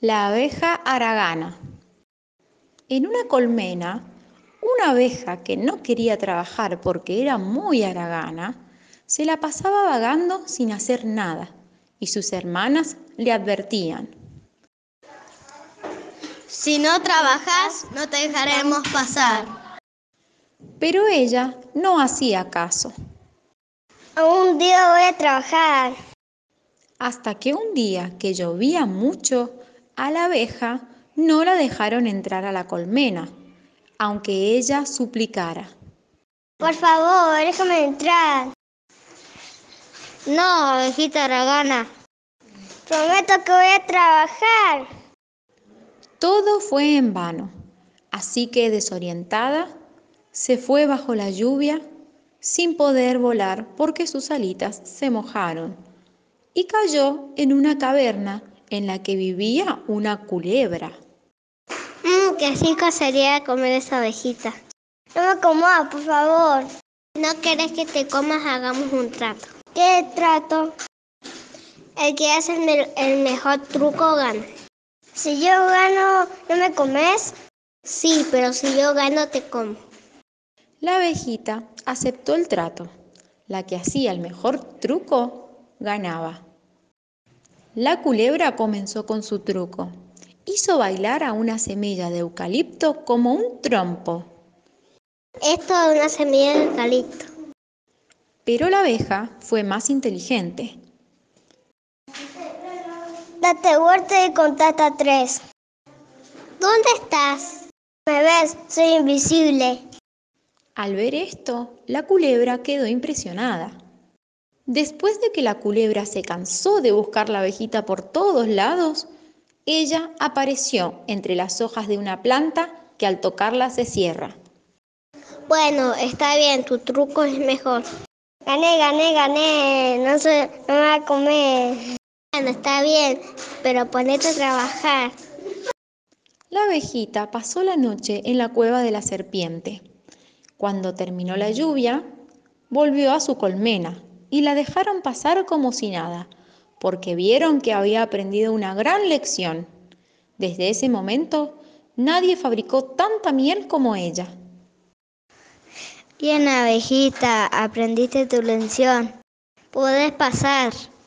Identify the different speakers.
Speaker 1: La abeja aragana. En una colmena, una abeja que no quería trabajar porque era muy aragana, se la pasaba vagando sin hacer nada y sus hermanas le advertían.
Speaker 2: Si no trabajas, no te dejaremos pasar.
Speaker 1: Pero ella no hacía caso,
Speaker 3: Un día voy a trabajar.
Speaker 1: hasta que un día que llovía mucho, a la abeja no la dejaron entrar a la colmena, aunque ella suplicara.
Speaker 3: Por favor, déjame entrar.
Speaker 2: No, abejita ragana.
Speaker 3: Prometo que voy a trabajar.
Speaker 1: Todo fue en vano, así que desorientada, se fue bajo la lluvia sin poder volar porque sus alitas se mojaron y cayó en una caverna en la que vivía una culebra.
Speaker 3: Mmm, qué rico sería comer esa abejita. No me comas, por favor.
Speaker 2: No querés que te comas, hagamos un trato.
Speaker 3: ¿Qué trato? El que hace el, me- el mejor truco gana. Si yo gano, ¿no me comes?
Speaker 2: Sí, pero si yo gano, te como.
Speaker 1: La abejita aceptó el trato. La que hacía el mejor truco ganaba. La culebra comenzó con su truco. Hizo bailar a una semilla de eucalipto como un trompo.
Speaker 3: Esto es una semilla de eucalipto.
Speaker 1: Pero la abeja fue más inteligente.
Speaker 3: Date vuelta y contá hasta tres. ¿Dónde estás? ¿Me ves? Soy invisible.
Speaker 1: Al ver esto, la culebra quedó impresionada. Después de que la culebra se cansó de buscar la abejita por todos lados, ella apareció entre las hojas de una planta que al tocarla se cierra.
Speaker 3: Bueno, está bien, tu truco es mejor. Gané, gané, gané. No, sé, no me va a comer. Bueno, está bien, pero ponete a trabajar.
Speaker 1: La abejita pasó la noche en la cueva de la serpiente. Cuando terminó la lluvia, volvió a su colmena y la dejaron pasar como si nada, porque vieron que había aprendido una gran lección. Desde ese momento, nadie fabricó tanta miel como ella.
Speaker 3: Bien, abejita, aprendiste tu lección. Podés pasar.